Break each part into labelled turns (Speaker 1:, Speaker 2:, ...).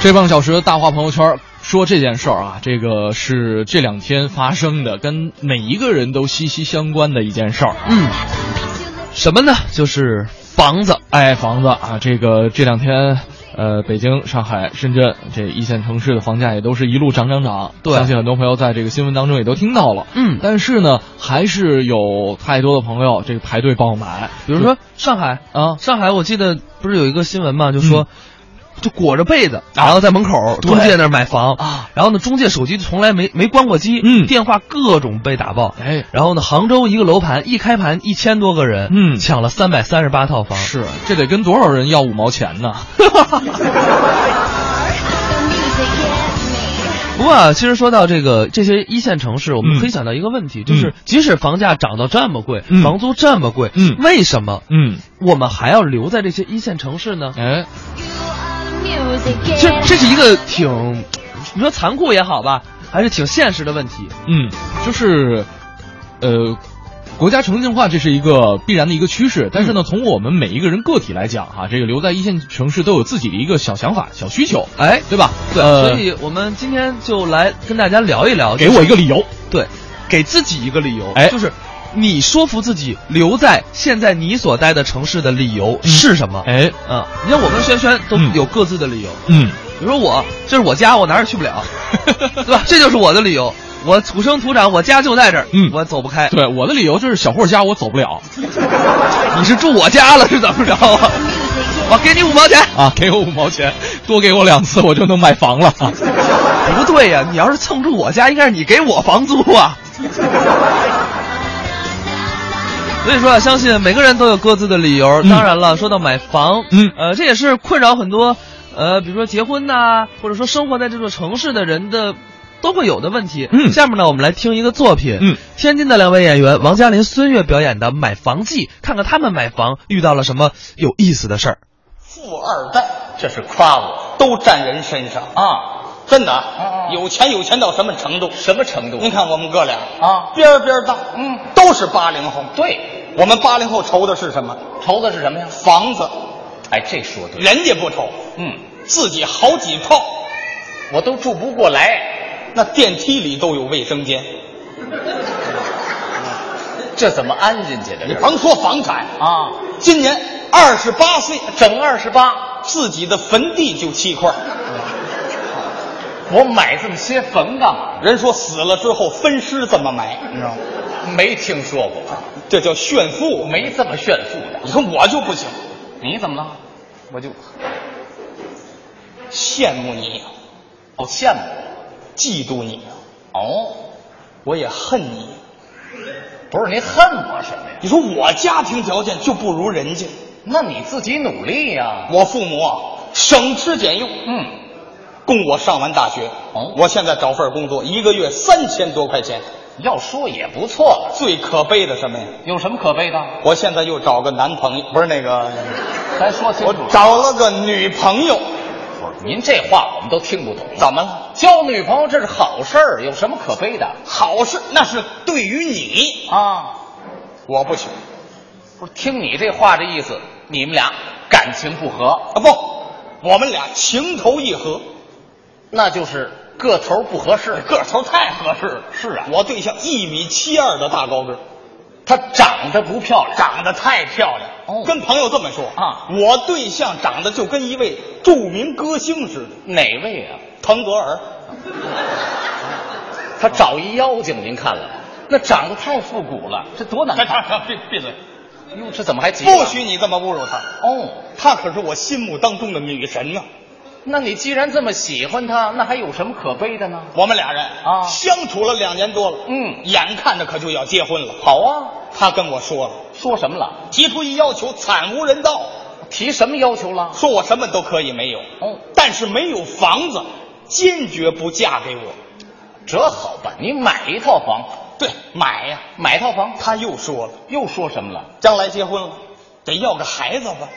Speaker 1: 这半个小时的大话朋友圈说这件事儿啊，这个是这两天发生的，跟每一个人都息息相关的一件事儿。
Speaker 2: 嗯，什么呢？就是房子。
Speaker 1: 哎，房子啊，这个这两天，呃，北京、上海、深圳这一线城市的房价也都是一路涨涨涨。
Speaker 2: 对
Speaker 1: 相信很多朋友在这个新闻当中也都听到了。
Speaker 2: 嗯
Speaker 1: 但是呢，还是有太多的朋友这个排队爆买，
Speaker 2: 比如说上海，
Speaker 1: 啊，
Speaker 2: 上海我记得不是有一个新闻嘛，就说、就裹着被子，然后在门口
Speaker 1: 嗯啊对
Speaker 2: 中介那儿买房
Speaker 1: 啊，
Speaker 2: 然后呢，中介手机从来没没关过机，
Speaker 1: 嗯
Speaker 2: 电话各种被打爆。
Speaker 1: 哎，
Speaker 2: 然后呢，杭州一个楼盘一开盘一千多个人，
Speaker 1: 嗯
Speaker 2: 抢了三百三十八套房，
Speaker 1: 是这得跟多少人要五毛钱呢？
Speaker 2: 不过啊，其实说到这个这些一线城市，我
Speaker 1: 嗯
Speaker 2: 们可以想到一个问题，就是即使房价涨到这么贵，
Speaker 1: 嗯
Speaker 2: 房租这么贵，
Speaker 1: 嗯
Speaker 2: 为什么
Speaker 1: 嗯，
Speaker 2: 我们还要留在这些一线城市呢？
Speaker 1: 哎，
Speaker 2: 这这是一个挺，你说残酷也好吧，还是挺现实的问题。
Speaker 1: 嗯，就是，呃，国家城市净化这是一个必然的一个趋势，但是
Speaker 2: 嗯
Speaker 1: 呢，从我们每一个人个体来讲哈、这个留在一线城市都有自己的一个小想法、小需求，
Speaker 2: 哎，
Speaker 1: 对吧？
Speaker 2: 对，
Speaker 1: 呃
Speaker 2: 所以我们今天就来跟大家聊一聊，
Speaker 1: 给我一个理由，
Speaker 2: 对，给自己一个理由，
Speaker 1: 哎
Speaker 2: 就是你说服自己留在现在你所待的城市的理由是什么？
Speaker 1: 哎，
Speaker 2: 啊，你看我跟轩轩都
Speaker 1: 嗯
Speaker 2: 有各自的理由，
Speaker 1: 嗯，
Speaker 2: 比如说我，这是我家，我哪儿也去不 了，对吧？这就是我的理由。我土生土长，我家就在这儿，
Speaker 1: 嗯
Speaker 2: 我走不开。
Speaker 1: 对，我的理由就是小霍家我走不了
Speaker 2: 你是住我家了是怎么 着啊？我给你五毛钱。
Speaker 1: 啊，给我五毛钱，多给我两次我就能买房了。
Speaker 2: 不对呀、你要是蹭住我家，应该是你给我房租啊。 所以说啊，相信每个人都有各自的理由。
Speaker 1: 嗯
Speaker 2: 当然了，说到买房，
Speaker 1: 嗯
Speaker 2: 呃，这也是困扰很多，呃，比如说结婚呐、或者说生活在这座城市的人的。都会有的问题。
Speaker 1: 嗯
Speaker 2: 下面呢，我们来听一个作品，
Speaker 1: 嗯，
Speaker 2: 天津的两位演员王嘉林、孙越表演的《买房记》，看看他们买房遇到了什么有意思的事儿。
Speaker 3: 富二代，这是夸我，都站人身上啊！真的啊，有钱有钱到什么程度？什么程度？您看我们哥俩啊，边边大，嗯，都是八零后。对，我们八零后愁的是什么？愁的是什么呀？房子。哎，这说对。人家不愁，嗯，自己好几套，我都住不过来。那电梯里都有卫生间，
Speaker 4: 这怎么安进去的？
Speaker 3: 你甭说房产啊，
Speaker 4: 啊，
Speaker 3: 今年二十八岁，
Speaker 4: 整二十八，
Speaker 3: 自己的坟地就七块。
Speaker 4: 嗯我买这么些坟干嘛？
Speaker 3: 人说死了之后分尸这么埋，你知道吗？啊
Speaker 4: 没听说过，
Speaker 3: 这叫炫富。啊
Speaker 4: 没这么炫富的。
Speaker 3: 你看我就不行，
Speaker 4: 你怎么了？我就
Speaker 3: 羡慕你呀，啊
Speaker 4: 好羡慕。
Speaker 3: 哦嫉妒你呀，
Speaker 4: 哦，
Speaker 3: 我也恨你。
Speaker 4: 不是你恨我什么呀？
Speaker 3: 你说我家庭条件就不如人家，
Speaker 4: 那你自己努力呀、
Speaker 3: 我父母啊省吃俭用，
Speaker 4: 嗯，
Speaker 3: 供我上完大学。
Speaker 4: 哦
Speaker 3: 我现在找份工作，一个月三千多块钱。
Speaker 4: 要说也不错了。
Speaker 3: 最可悲的什么呀？
Speaker 4: 有什么可悲的？
Speaker 3: 我现在又找个男朋友，不是那个，
Speaker 4: 咱说清
Speaker 3: 我
Speaker 4: 楚。
Speaker 3: 找了个女朋友，
Speaker 4: 不是您这话我们都听不懂。
Speaker 3: 怎么了？
Speaker 4: 交女朋友这是好事儿，有什么可悲的？
Speaker 3: 好事那是对于你，
Speaker 4: 啊，
Speaker 3: 我不行
Speaker 4: 不是听你这话这意思，你们俩感情不和，
Speaker 3: 啊！不，我们俩情投意合，
Speaker 4: 那就是个头不合适。
Speaker 3: 个头太合适了。
Speaker 4: 是啊
Speaker 3: 我对象一米七二的大高个儿。
Speaker 4: 她长得不漂亮，
Speaker 3: 长得太漂亮。
Speaker 4: 哦
Speaker 3: 跟朋友这么说
Speaker 4: 啊
Speaker 3: 我对象长得就跟一位著名歌星似的，
Speaker 4: 哪位啊？
Speaker 3: 腾格 尔。
Speaker 4: 她找一妖精，您看了吗？那长得太复古了，这多难看！
Speaker 3: 闭闭嘴！
Speaker 4: 哟，这怎么还急？
Speaker 3: 不许！你这么侮辱她，
Speaker 4: 哦，
Speaker 3: 她可是我心目当中的女神呢、
Speaker 4: 那你既然这么喜欢她，那还有什么可悲的呢？
Speaker 3: 我们俩人
Speaker 4: 啊
Speaker 3: 相处了两年多了，
Speaker 4: 嗯
Speaker 3: 眼看着可就要结婚了。
Speaker 4: 好啊，
Speaker 3: 她跟我说了，
Speaker 4: 说什么了？
Speaker 3: 提出一要求，惨无人道，
Speaker 4: 提什么要求了？
Speaker 3: 说我什么都可以没有，
Speaker 4: 哦，
Speaker 3: 但是没有房子，坚决不嫁给我。
Speaker 4: 这好办，你买一套房，
Speaker 3: 对，买呀、
Speaker 4: 买套房。
Speaker 3: 她又说了。
Speaker 4: 又说什么了？
Speaker 3: 将来结婚了，得要个孩子吧？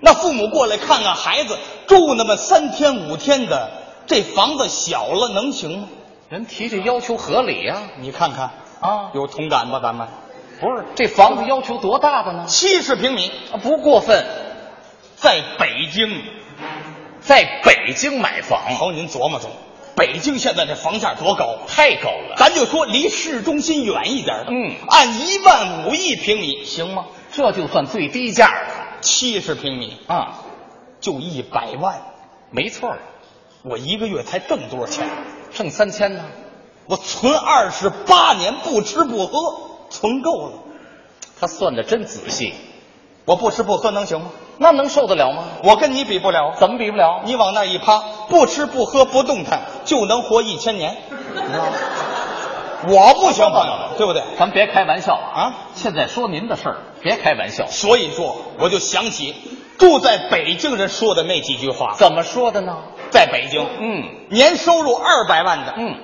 Speaker 3: 那父母过来看看孩子，住那么三天五天的，这房子小了能行吗？
Speaker 4: 人提这要求合理呀、
Speaker 3: 你看看，
Speaker 4: 啊！
Speaker 3: 有同感吧？咱们
Speaker 4: 不是这房子要求多大的呢？
Speaker 3: 七十平米，
Speaker 4: 啊不过分，
Speaker 3: 在北京，
Speaker 4: 在北京买房，
Speaker 3: 好，您琢磨琢磨，北京现在这房价多高？啊
Speaker 4: 太高了。
Speaker 3: 咱就说离市中心远一点儿的，
Speaker 4: 嗯
Speaker 3: 按一万五一平米行吗？
Speaker 4: 这就算最低价了
Speaker 3: 七十平米
Speaker 4: 啊，
Speaker 3: 就一百万，
Speaker 4: 没错儿，
Speaker 3: 我一个月才挣多少钱？
Speaker 4: 挣三千呢。
Speaker 3: 我存二十八年不吃不喝，存够了。
Speaker 4: 他算的真仔细，
Speaker 3: 我不吃不喝能行吗？
Speaker 4: 那能受得了吗？
Speaker 3: 我跟你比不了，
Speaker 4: 怎么比不了？
Speaker 3: 你往那一趴，不吃不喝不动弹就能活一千年，我不行，朋友们，对不对？
Speaker 4: 咱别开玩笑了
Speaker 3: 啊！
Speaker 4: 现在说您的事儿，别开玩笑。
Speaker 3: 所以说，我就想起住在北京人说的那几句话，
Speaker 4: 怎么说的呢？
Speaker 3: 在北京，
Speaker 4: 嗯
Speaker 3: 年收入二百万的，
Speaker 4: 嗯，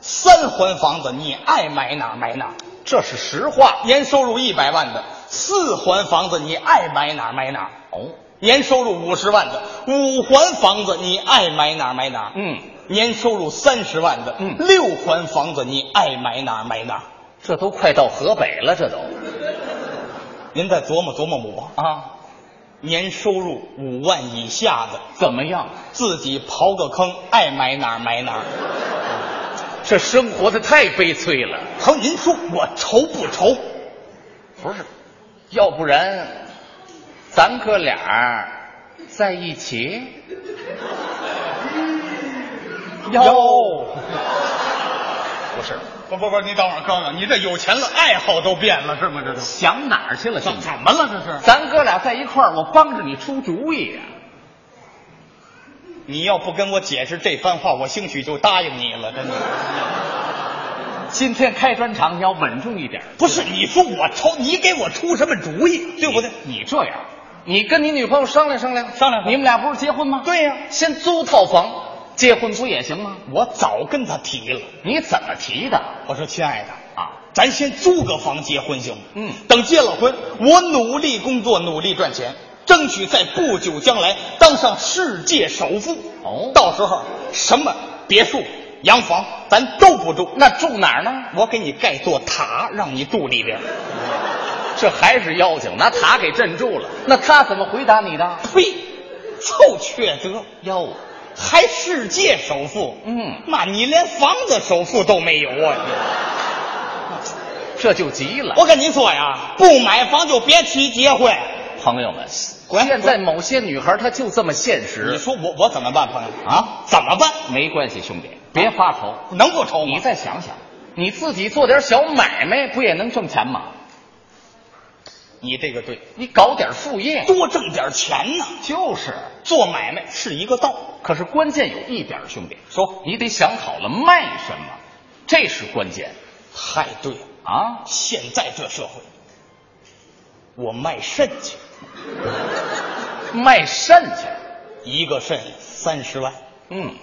Speaker 3: 三环房子你爱买哪儿买哪儿；
Speaker 4: 这是实话。
Speaker 3: 年收入一百万的，四环房子你爱买哪儿买哪儿；
Speaker 4: 哦，
Speaker 3: 年收入五十万的，五环房子你爱买哪儿买哪儿；
Speaker 4: 嗯，
Speaker 3: 年收入三十万的，
Speaker 4: 嗯
Speaker 3: 六环房子你爱买哪儿买哪儿。
Speaker 4: 这都快到河北了，这都
Speaker 3: 您再琢磨琢磨我，
Speaker 4: 啊，
Speaker 3: 年收入五万以下的，
Speaker 4: 怎么样？
Speaker 3: 自己刨个坑，爱买哪儿买哪儿。
Speaker 4: 这生活的太悲催了。
Speaker 3: 好，您说我愁不愁？
Speaker 4: 不是，要不然咱哥俩儿在一起？
Speaker 3: 哟，
Speaker 4: 不是，
Speaker 3: 不不不，你等会儿，哥哥，你这有钱了，爱好都变了是吗？这都
Speaker 4: 想哪儿去了？兄弟
Speaker 3: 怎么了？这是？
Speaker 4: 咱哥俩在一块儿，我帮着你出主意啊！
Speaker 3: 你要不跟我解释这番话，我兴许就答应你了，真的。
Speaker 4: 今天开专场，你要稳重一点，
Speaker 3: 不是，你说我愁，你给我出什么主意，对不对？
Speaker 4: 你这样，你跟你女朋友商量商量，
Speaker 3: 商量商量
Speaker 4: 你们俩不是结婚吗？
Speaker 3: 对呀
Speaker 4: 先租套房，结婚不也行吗？
Speaker 3: 我早跟他提了，
Speaker 4: 你怎么提的
Speaker 3: 我说亲爱的，
Speaker 4: 啊？
Speaker 3: 咱先租个房结婚行吗？
Speaker 4: 嗯
Speaker 3: 等结了婚，我努力工作，努力赚钱，争取在不久将来当上世界首富。
Speaker 4: 哦
Speaker 3: 到时候什么别墅、洋房咱都不住，
Speaker 4: 那住哪儿呢？
Speaker 3: 我给你盖座塔，让你住里边。
Speaker 4: 这还是妖精，拿塔给镇住了。那他怎么回答你的？
Speaker 3: 呸！臭缺德，
Speaker 4: 哟，
Speaker 3: 还世界首富？
Speaker 4: 嗯，
Speaker 3: 妈，你连房子首付都没有啊！
Speaker 4: 这就急了
Speaker 3: 你。我跟你说呀，不买房就别提结婚。
Speaker 4: 朋友们，
Speaker 3: 滚
Speaker 4: 现在某些女孩她就这么现
Speaker 3: 你
Speaker 4: 实。
Speaker 3: 说我我怎么办，朋友们
Speaker 4: 啊？
Speaker 3: 怎么办？
Speaker 4: 没关系，兄弟，别发愁，
Speaker 3: 能不愁吗？
Speaker 4: 你再想想，你自己做点小买卖不也能挣钱吗？
Speaker 3: 你这个对，
Speaker 4: 你搞点副业，
Speaker 3: 多挣点钱呢。
Speaker 4: 就是。
Speaker 3: 做买卖是一个道，
Speaker 4: 可是关键有一点，兄弟，
Speaker 3: 说
Speaker 4: 你得想好了卖什么，这是关键
Speaker 3: 太对了。
Speaker 4: 啊！
Speaker 3: 现在这社会，我卖肾去，
Speaker 4: 卖肾去，
Speaker 3: 一个肾三十万，
Speaker 4: 嗯，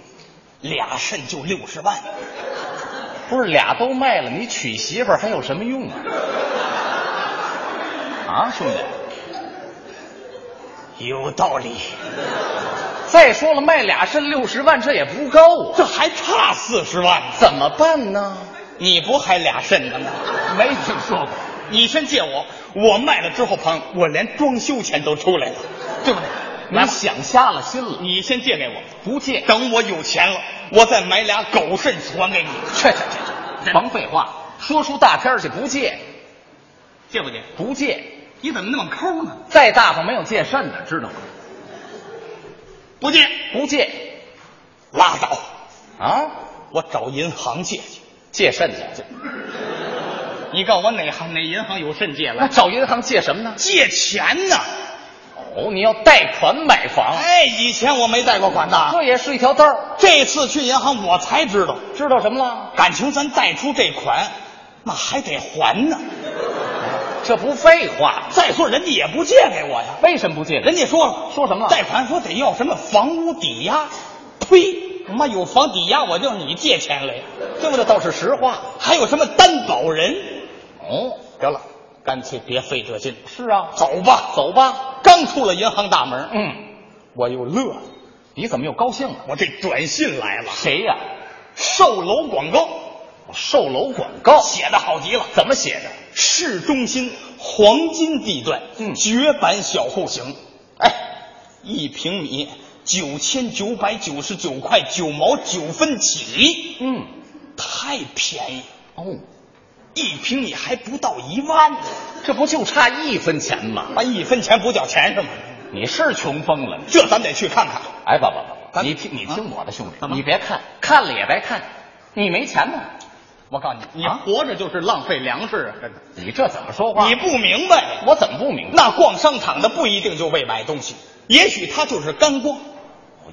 Speaker 3: 俩肾就六十万。
Speaker 4: 不是俩都卖了，你娶媳妇儿还有什么用啊？啊，兄弟，
Speaker 3: 有道理，
Speaker 4: 再说了，卖俩肾六十万，这也不高啊，
Speaker 3: 这还差四十万呢。
Speaker 4: 怎么办呢？
Speaker 3: 你不还俩肾呢吗？
Speaker 4: 没听说过。
Speaker 3: 你先借我，我卖了之后，朋友，我连装修钱都出来了，对不对？来
Speaker 4: 你
Speaker 3: 吧，
Speaker 4: 想瞎了心了，
Speaker 3: 你先借给我，
Speaker 4: 不借，
Speaker 3: 等我有钱了，我再买俩狗肾还给你，
Speaker 4: 这这这这，甭废话，说出大天儿去，不借，
Speaker 3: 借不借？
Speaker 4: 不借，
Speaker 3: 你怎么那么抠呢？
Speaker 4: 再大方没有借肾的，知道吗？
Speaker 3: 不借，
Speaker 4: 不借
Speaker 3: 拉倒，
Speaker 4: 啊，
Speaker 3: 我找银行借去。
Speaker 4: 借肾去，
Speaker 3: 你告诉我哪行哪银行有肾借
Speaker 4: 那
Speaker 3: 来？
Speaker 4: 找银行借什么呢？
Speaker 3: 借钱呢？
Speaker 4: 哦，你要贷款买房，
Speaker 3: 哎，以前我没贷过款的，
Speaker 4: 这也是一条道儿。
Speaker 3: 这次去银行我才知道，
Speaker 4: 知道什么了？
Speaker 3: 感情咱贷出这款，那还得还呢。
Speaker 4: 这不废话吗？
Speaker 3: 再说人家也不借给我呀，
Speaker 4: 为什么不借
Speaker 3: 人家说了
Speaker 4: 说什么了
Speaker 3: 贷款说得要什么房屋抵押，呸！他妈有房抵押，我叫你借钱来呀，对不对？
Speaker 4: 倒是实话。
Speaker 3: 还有什么担保人？
Speaker 4: 哦，
Speaker 3: 得了，干脆别费这劲，
Speaker 4: 是啊，
Speaker 3: 走吧。
Speaker 4: 走吧。
Speaker 3: 刚出了银行大门，
Speaker 4: 嗯，
Speaker 3: 我又乐了，
Speaker 4: 你怎么又高兴了？
Speaker 3: 我这短信来了，
Speaker 4: 谁呀、
Speaker 3: 售楼广告哦
Speaker 4: 我售楼广告
Speaker 3: 写的好极了，
Speaker 4: 怎么写的？
Speaker 3: 市中心黄金地段，
Speaker 4: 嗯
Speaker 3: 绝版小户型，哎，一平米九千九百九十九块九毛九分起，
Speaker 4: 嗯，
Speaker 3: 太便宜，
Speaker 4: 哦，
Speaker 3: 一平米还不到一万呢，
Speaker 4: 这不就差一分钱吗？
Speaker 3: 把一分钱不叫钱是吗？
Speaker 4: 你是穷疯了，
Speaker 3: 这咱得去看看。
Speaker 4: 哎，不不不，
Speaker 3: 咱啊
Speaker 4: 你听你听我的，兄弟
Speaker 3: 干，嘛
Speaker 4: 你别看，看了也白看，你没钱呢。
Speaker 3: 我告诉你，你
Speaker 4: 啊
Speaker 3: 活着就是浪费粮食啊！真的，
Speaker 4: 你这怎么说话？
Speaker 3: 你不明白，
Speaker 4: 我怎么不明白？
Speaker 3: 那逛商场的不一定就为买东西，也许他就是干逛。
Speaker 4: 哦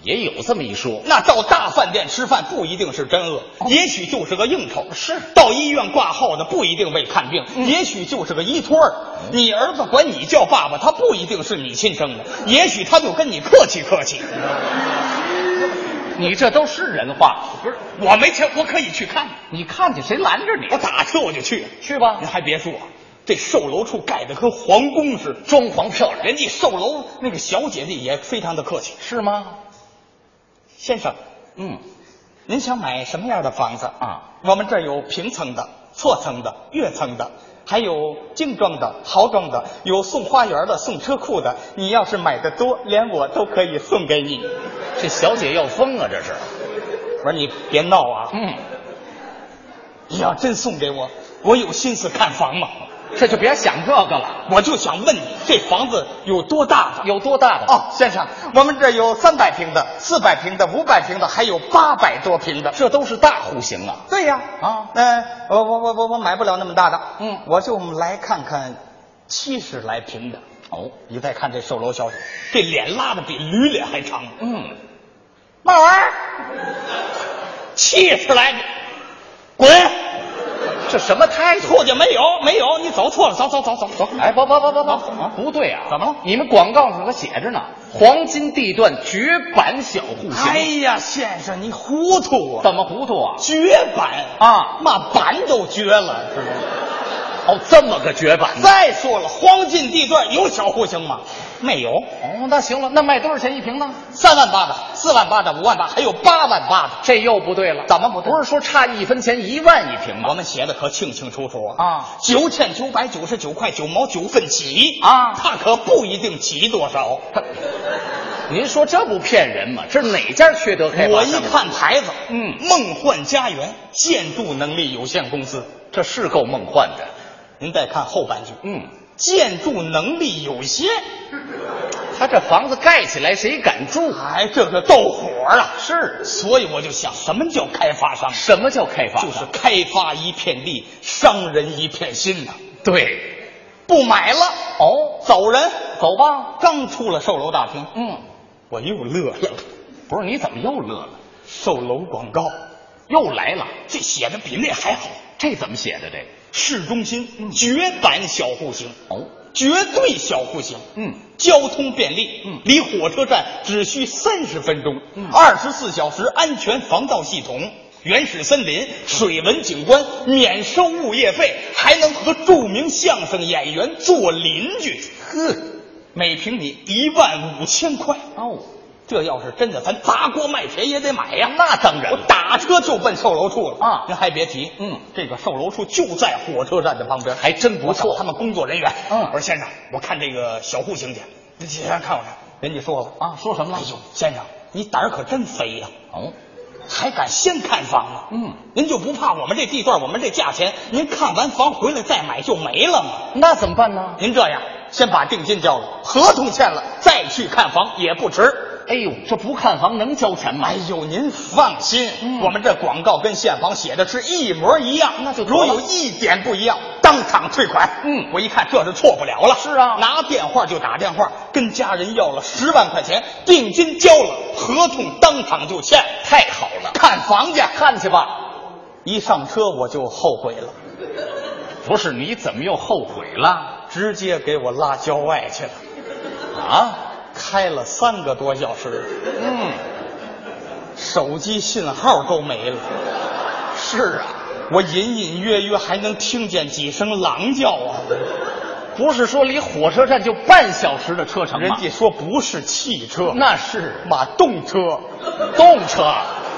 Speaker 4: 也有这么一说，哦
Speaker 3: 那到大饭店吃饭不一定是真饿，也许就是个应酬。
Speaker 4: 是嗯
Speaker 3: 到医院挂号的不一定为看病，也许就是个依托儿。你儿子管你叫爸爸，他不一定是你亲生的，也许他就跟你客气客气。
Speaker 4: 你这都是人话。
Speaker 3: 不是，我没钱，我可以去看。
Speaker 4: 你看见谁拦着你啊
Speaker 3: 我？打车我就去。
Speaker 4: 去吧
Speaker 3: 您还别说，啊这售楼处盖的跟皇宫似的，
Speaker 4: 装潢漂亮
Speaker 3: 人家售楼那个小姐姐也非常的客气。
Speaker 4: 是吗？
Speaker 3: 先生，
Speaker 4: 嗯，
Speaker 3: 您想买什么样的房子
Speaker 4: 啊？
Speaker 3: 我们这儿有平层的、错层的、跃层的，还有精装的、豪装的，有送花园的、送车库的。你要是买的多，连我都可以送给你。
Speaker 4: 这小姐要疯啊，这是。
Speaker 3: 我说你别闹啊！
Speaker 4: 嗯，
Speaker 3: 你要真送给我，我有心思看房吗？
Speaker 4: 这就别想这个了。
Speaker 3: 我就想问你，这房子有多大的？
Speaker 4: 有多大的？
Speaker 3: 哦，先生，我们这有三百平的、四百平的、五百平的，还有八百多平的。
Speaker 4: 这都是大户型啊。
Speaker 3: 对呀，
Speaker 4: 啊
Speaker 3: 那、哎我我我我我买不了那么大的，
Speaker 4: 嗯
Speaker 3: 我就来看看七十来平的。
Speaker 4: 哦，
Speaker 3: 你再看这售楼小姐，这脸拉的比驴脸还长，
Speaker 4: 嗯，
Speaker 3: 嘛玩意儿？七十来平，滚！
Speaker 4: 这什么态度？
Speaker 3: 错就没有，没有，你走错了，走走走走走。
Speaker 4: 哎，不不不不不
Speaker 3: 啊，
Speaker 4: 不对啊！
Speaker 3: 怎么了
Speaker 4: 你们广告上可写着呢，黄金地段绝版小户型。
Speaker 3: 哎呀，先生，你糊涂啊！
Speaker 4: 怎么糊涂啊？
Speaker 3: 绝版
Speaker 4: 啊
Speaker 3: 嘛版都绝了，知道吗？
Speaker 4: 哦，这么个绝版的。
Speaker 3: 再说了，黄金地段有小户型吗？没有，
Speaker 4: 哦，那行了，那卖多少钱一平呢？
Speaker 3: 三万八的、四万八的、五万八，还有八万八的。
Speaker 4: 哎这又不对了。
Speaker 3: 怎么不对
Speaker 4: 不是说差一分钱一万一平吗？
Speaker 3: 我们写的可清清楚楚
Speaker 4: 啊
Speaker 3: 九千九百九十九块九毛九分起
Speaker 4: 啊
Speaker 3: 它可不一定起多少。
Speaker 4: 您说这不骗人吗？这哪家缺德开发？啊
Speaker 3: 我一，看牌子，
Speaker 4: 嗯
Speaker 3: 梦幻家园建筑能力有限公司。
Speaker 4: 这是够梦幻的。
Speaker 3: 您再看后半句，
Speaker 4: 嗯，
Speaker 3: 建筑能力有限，
Speaker 4: 他这房子盖起来，谁敢住？啊
Speaker 3: 哎，这个斗火啊！
Speaker 4: 是
Speaker 3: 所以我就想，什么叫开发商？
Speaker 4: 什么叫开发？
Speaker 3: 就是开发一片地，伤人一片心呐、
Speaker 4: 对，
Speaker 3: 不买了，
Speaker 4: 哦，
Speaker 3: 走人。
Speaker 4: 走吧。
Speaker 3: 刚出了售楼大厅，
Speaker 4: 嗯，
Speaker 3: 我又乐了。
Speaker 4: 不是，你怎么又乐了？
Speaker 3: 售楼广告，
Speaker 4: 又来了？
Speaker 3: 这写的比那还好。
Speaker 4: 这怎么写的？这个
Speaker 3: 市中心绝版小户型，
Speaker 4: 嗯哦，
Speaker 3: 绝对小户型。
Speaker 4: 嗯，
Speaker 3: 交通便利，
Speaker 4: 嗯
Speaker 3: 离火车站只需三十分钟
Speaker 4: 嗯，
Speaker 3: 二十四小时安全防盗系统。原始森
Speaker 4: 嗯
Speaker 3: 林、水文景观，免收物业费，还能和著名相声演员做邻居。呵，每平米一万五千块。
Speaker 4: 哦，
Speaker 3: 这要是真的，咱砸锅卖铁也得买呀。
Speaker 4: 那当然
Speaker 3: 我打车就奔售楼处了
Speaker 4: 啊
Speaker 3: 您还别急，
Speaker 4: 嗯
Speaker 3: 这个售楼处就在火车站的旁边，
Speaker 4: 还真不错
Speaker 3: 我找他们工作人员，
Speaker 4: 嗯
Speaker 3: 我说先生，我看这个小户型去，您先看我这，人家说了
Speaker 4: 啊，说什么了？
Speaker 3: 哎呦，先生，你胆儿可真肥呀、
Speaker 4: 哦，
Speaker 3: 还敢先看房呢？
Speaker 4: 嗯，
Speaker 3: 您就不怕我们这地段，我们这价钱，您看完房回来再买就没了吗？
Speaker 4: 那怎么办呢？
Speaker 3: 您这样，先把定金交了，合同签了，再去看房也不迟。
Speaker 4: 哎呦，这不看房能交钱吗？
Speaker 3: 哎呦，您放心，
Speaker 4: 嗯
Speaker 3: 我们这广告跟现房写的是一模一样，
Speaker 4: 那就得
Speaker 3: 如
Speaker 4: 了
Speaker 3: 有一点不一样，当场退款。
Speaker 4: 嗯
Speaker 3: 我一看这是错不了了。
Speaker 4: 是啊
Speaker 3: 拿电话就打电话跟家人要了十万块钱，定金交了，合同当场就签。
Speaker 4: 太好了，
Speaker 3: 看房去，
Speaker 4: 看去吧。
Speaker 3: 一上车我就后悔了，
Speaker 4: 不是，你怎么又后悔了
Speaker 3: 直接给我拉郊外去了，
Speaker 4: 啊？
Speaker 3: 开了三个多小时，
Speaker 4: 嗯，
Speaker 3: 手机信号都没了。
Speaker 4: 是啊，
Speaker 3: 我隐隐约约还能听见几声狼叫啊！
Speaker 4: 不是说离火车站就半小时的车程吗？
Speaker 3: 人家说不是汽车，
Speaker 4: 那是
Speaker 3: 马动车。啊
Speaker 4: 动车，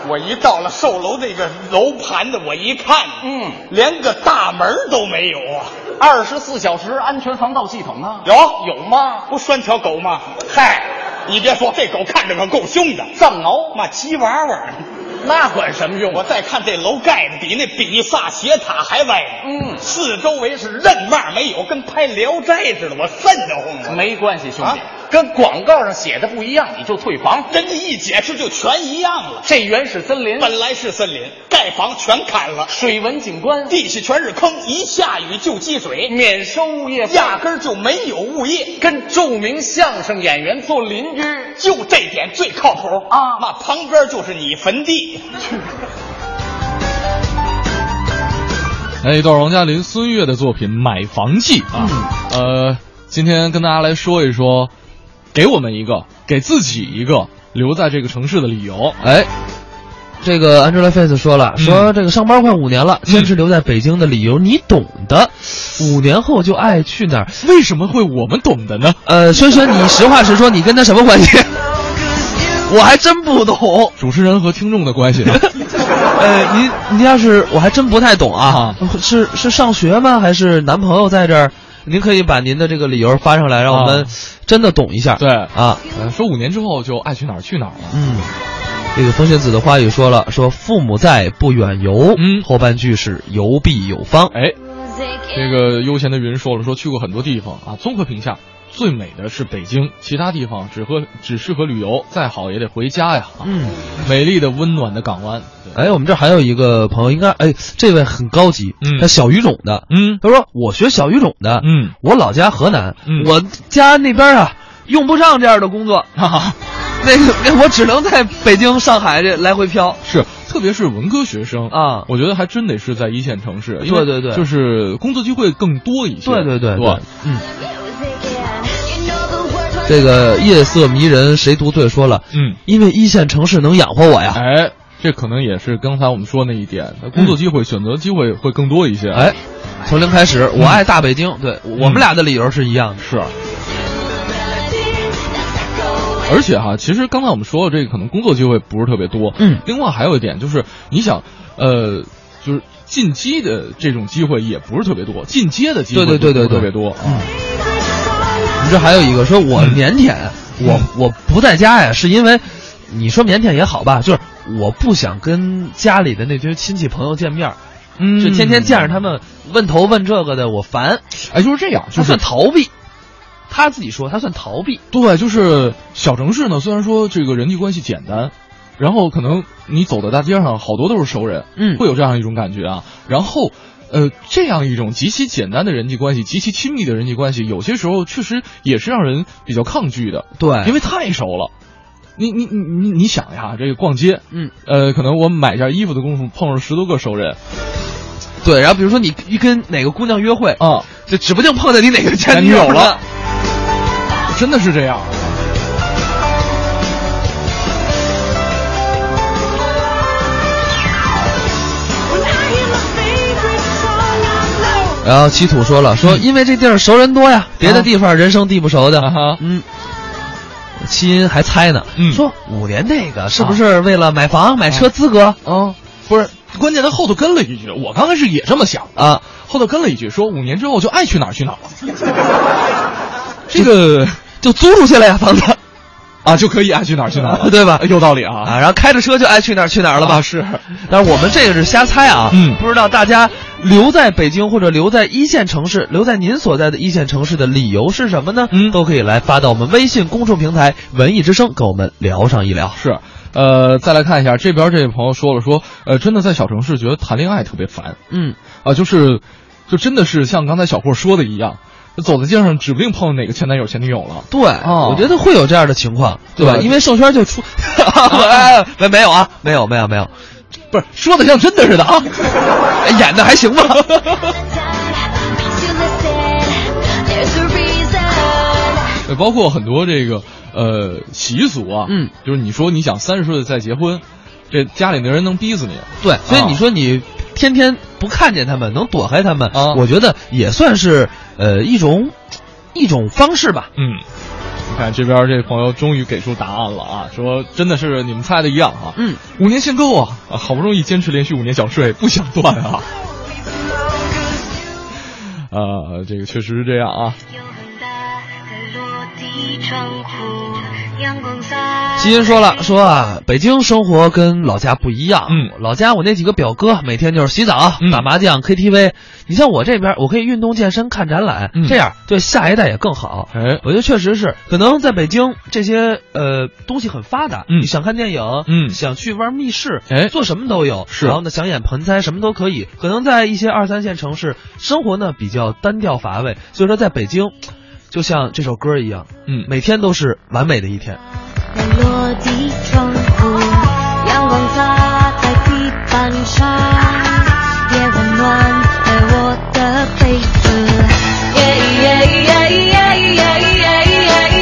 Speaker 3: 我一到了售楼那个楼盘的，我一看，
Speaker 4: 嗯
Speaker 3: 连个大门都没有啊！
Speaker 4: 二十四小时安全防盗系统啊。
Speaker 3: 有
Speaker 4: 有吗？
Speaker 3: 不拴条狗吗？
Speaker 4: 嗨，
Speaker 3: 你别说，这狗看着可够凶的，
Speaker 4: 藏獒，
Speaker 3: 妈鸡娃娃。
Speaker 4: 那管什么用
Speaker 3: 我
Speaker 4: 啊？
Speaker 3: 再看这楼盖的比那比萨斜塔还歪呢，
Speaker 4: 嗯
Speaker 3: 四周围是任嘛没有，跟拍《聊斋》似的，我瘆得慌。
Speaker 4: 没关系，兄弟
Speaker 3: 啊，
Speaker 4: 跟广告上写的不一样，你就退房。
Speaker 3: 人家一解释就全一样了，
Speaker 4: 这原始森林，
Speaker 3: 本来是森林，盖房全砍了，
Speaker 4: 水文景观，
Speaker 3: 地下全是坑，一下雨就积水，
Speaker 4: 免收物业费，
Speaker 3: 压根儿就没有物业。
Speaker 4: 跟著名相声演员做邻居。
Speaker 3: 就这点最靠谱
Speaker 4: 嗯啊
Speaker 3: 那旁边就是你坟地，
Speaker 1: 哎，到王嘉林、孙悦的作品《买房记》啊，呃，今天跟大家来说一说，给我们一个，给自己一个留在这个城市的理由。
Speaker 2: 哎，这个 Angelaface 说了，
Speaker 1: 嗯
Speaker 2: 说这个上班快五年了，坚持留在北京的理由你懂的，
Speaker 1: 嗯
Speaker 2: 五年后就爱去哪儿。
Speaker 1: 为什么会我们懂得呢？
Speaker 2: 呃，轩轩，你实话实说，你跟他什么 关系？我还真不懂。
Speaker 1: 主持人和听众的关系呢？啊
Speaker 2: 呃，您您要是我还真不太懂啊
Speaker 1: 啊，
Speaker 2: 是是上学吗？还是男朋友在这儿？您可以把您的这个理由发上来，让我们
Speaker 1: 啊
Speaker 2: 真的懂一下。
Speaker 1: 对
Speaker 2: 啊，
Speaker 1: 呃，说五年之后就爱去哪儿去哪儿了。
Speaker 2: 嗯，这个风信子的花语说了，说父母在不远游，
Speaker 1: 嗯
Speaker 2: 后半句是游必有方。
Speaker 1: 哎，这个悠闲的云说了，说去过很多地方啊，综合评价。最美的是北京，其他地方只和只适合旅游，再好也得回家呀。啊
Speaker 2: 嗯，
Speaker 1: 美丽的、温暖的港湾。对
Speaker 2: 哎，我们这儿还有一个朋友，应该哎，这位很高级，
Speaker 1: 嗯
Speaker 2: 他小语种的，
Speaker 1: 嗯
Speaker 2: 他说我学小语种的，
Speaker 1: 嗯，
Speaker 2: 我老家河南，
Speaker 1: 嗯
Speaker 2: 我家那边啊用不上这样的工作，
Speaker 1: 哈、哈。
Speaker 2: 那个我只能在北京、上海这来回飘。
Speaker 1: 是，特别是文科学生
Speaker 2: 啊
Speaker 1: 我觉得还真得是在一线城市，因
Speaker 2: 对
Speaker 1: 为
Speaker 2: 对对
Speaker 1: 就是工作机会更多一些，
Speaker 2: 对对对
Speaker 1: 对吧，
Speaker 2: 嗯，这
Speaker 5: 这个
Speaker 2: 个夜色迷人，谁独醉说了，
Speaker 1: 嗯，
Speaker 2: 因为一线城市能养活我呀。
Speaker 1: 哎，这可能也是刚才我们说那一点，工作机会、选择机会会更多一些，，
Speaker 2: 嗯哎，从零开始，我爱大北京。对我们俩的理由是一样的。
Speaker 1: 是。而且哈、其实刚才我们说的这个可能工作机会不是特别多，
Speaker 2: 嗯
Speaker 1: 另外还有一点就是，你想，呃，就是进击的这种机会也不是特别多，进阶的机会
Speaker 2: 对对对对对嗯
Speaker 1: 不是特别多啊。
Speaker 2: 我们这还有一个说，我腼腆，我我不在家呀，是因为你说腼腆也好吧，就是我不想跟家里的那堆亲戚朋友见面儿，
Speaker 1: 嗯
Speaker 2: 就天天见着他们问头问这个的，我烦。
Speaker 1: 哎，就是这样，
Speaker 2: 啊他
Speaker 1: 就是
Speaker 2: 算逃避，他自己说他算逃避。
Speaker 1: 对，就是小城市呢，虽然说这个人际关系简单，然后可能你走到大街上，好多都是熟人，
Speaker 2: 嗯
Speaker 1: 会有这样一种感觉啊。然后，呃，这样一种极其简单的人际关系，极其亲密的人际关系，有些时候确实也是让人比较抗拒的，
Speaker 2: 对
Speaker 1: 因为太熟了。你你你你你想呀，这个逛街，
Speaker 2: 嗯，
Speaker 1: 呃，可能我买件衣服的功夫碰上十多个熟人
Speaker 2: 对，然后比如说你一跟哪个姑娘约会，
Speaker 1: 啊，
Speaker 2: 就指不定碰哦哎见你哪个前
Speaker 1: 前
Speaker 2: 女
Speaker 1: 女友
Speaker 2: 友了
Speaker 1: 了。真的是这样。
Speaker 2: 然后七土说了，说因为这地儿熟人多呀，别的地方人生地不熟的。
Speaker 1: 嗯啊哈
Speaker 2: 嗯，七音还猜呢，
Speaker 1: 嗯
Speaker 2: 说五年那个是不是为了买房、买车资格？
Speaker 1: 啊，不是，关键他后头跟了一句，我刚开始也这么想的
Speaker 2: 啊，
Speaker 1: 后头跟了一句说五年之后就爱去哪儿去哪儿了。这个
Speaker 2: 就租出去了呀，房子
Speaker 1: 啊就可以爱去哪儿去哪儿 了，
Speaker 2: 对吧？
Speaker 1: 有道理
Speaker 2: 啊，
Speaker 1: 啊。
Speaker 2: 然后开着车就爱去哪儿去哪儿了吧？
Speaker 1: 啊是，
Speaker 2: 但是我们这个是瞎猜啊，
Speaker 1: 嗯
Speaker 2: 不知道大家留在北京或者留在一线城市，留在您所在的一线城市的理由是什么呢？
Speaker 1: 嗯
Speaker 2: 都可以来发到我们微信公众平台“文艺之声”，跟我们聊上一聊。
Speaker 1: 是，呃，再来看一下这边这位朋友说了说，呃，真的在小城市觉得谈恋爱特别烦
Speaker 2: 嗯，
Speaker 1: 啊，就是，就真的是像刚才小霍说的一样，走在街上指不定碰哪个前男友前女友了。
Speaker 2: 对，
Speaker 1: 哦
Speaker 2: 我觉得会有这样的情况，对吧？
Speaker 1: 对
Speaker 2: 因为授圈就出， 哎没没有啊，没有没有没有，
Speaker 1: 不是说的像真的似的啊，
Speaker 2: 哎演的还行 吧。
Speaker 1: 呃，包括很多这个呃习俗啊，
Speaker 2: 嗯，
Speaker 1: 就是你说你想三十岁再结婚，这家里的人能逼死你，
Speaker 2: 对，所以
Speaker 1: 啊
Speaker 2: 你说你天天不看见他们，能躲开他们，
Speaker 1: 啊
Speaker 2: 我觉得也算是呃一种一种方式吧。
Speaker 1: 嗯，你看这边这朋友终于给出答案了啊，说真的是你们猜的一样啊，
Speaker 2: 嗯，
Speaker 1: 五年限购啊，啊好不容易坚持连续五年想睡，不想断啊，呃，这个确实是这样啊，
Speaker 6: 有很大的落地窗户，
Speaker 5: 阳光洒。
Speaker 2: 基因说了，说啊，北京生活跟老家不一样。
Speaker 1: 嗯，
Speaker 2: 老家我那几个表哥每天就是洗澡、
Speaker 1: 嗯
Speaker 2: 打麻将、KTV。你像我这边，我可以运动健身、看展览，
Speaker 1: 嗯
Speaker 2: 这样对下一代也更好。
Speaker 1: 哎，
Speaker 2: 我觉得确实是，可能在北京这些呃东西很发达，
Speaker 1: 嗯
Speaker 2: 你想看电影，
Speaker 1: 嗯
Speaker 2: 想去玩密室，
Speaker 1: 哎
Speaker 2: 做什么都有，
Speaker 1: 是
Speaker 2: 然后呢，想演盆栽什么都可以。可能在一些二三线城市，生活呢比较单调乏味，所以说在北京，就像这首歌一样，
Speaker 1: 嗯
Speaker 2: 每天都是完美的一天。
Speaker 5: 在落地窗户，阳光洒在地板上，也温暖了我的被子。耶耶耶耶耶耶耶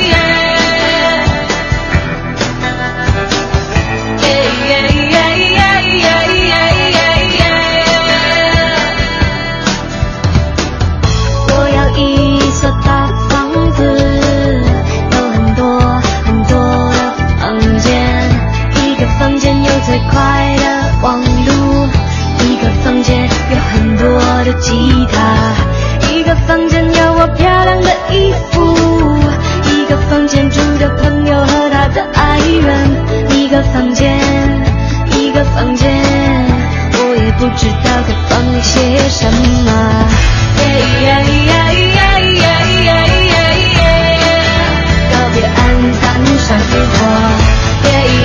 Speaker 5: 耶。耶耶耶耶耶耶耶耶。我要一所大房子，有很多很多的房间，一个房间有最快的网路，一个房间有很多的吉他，一个房间有我漂亮的衣服，一个房间住着朋友和他的爱人，一个房间，一个房间，我也不知道该放些什么。告别暗淡山水火。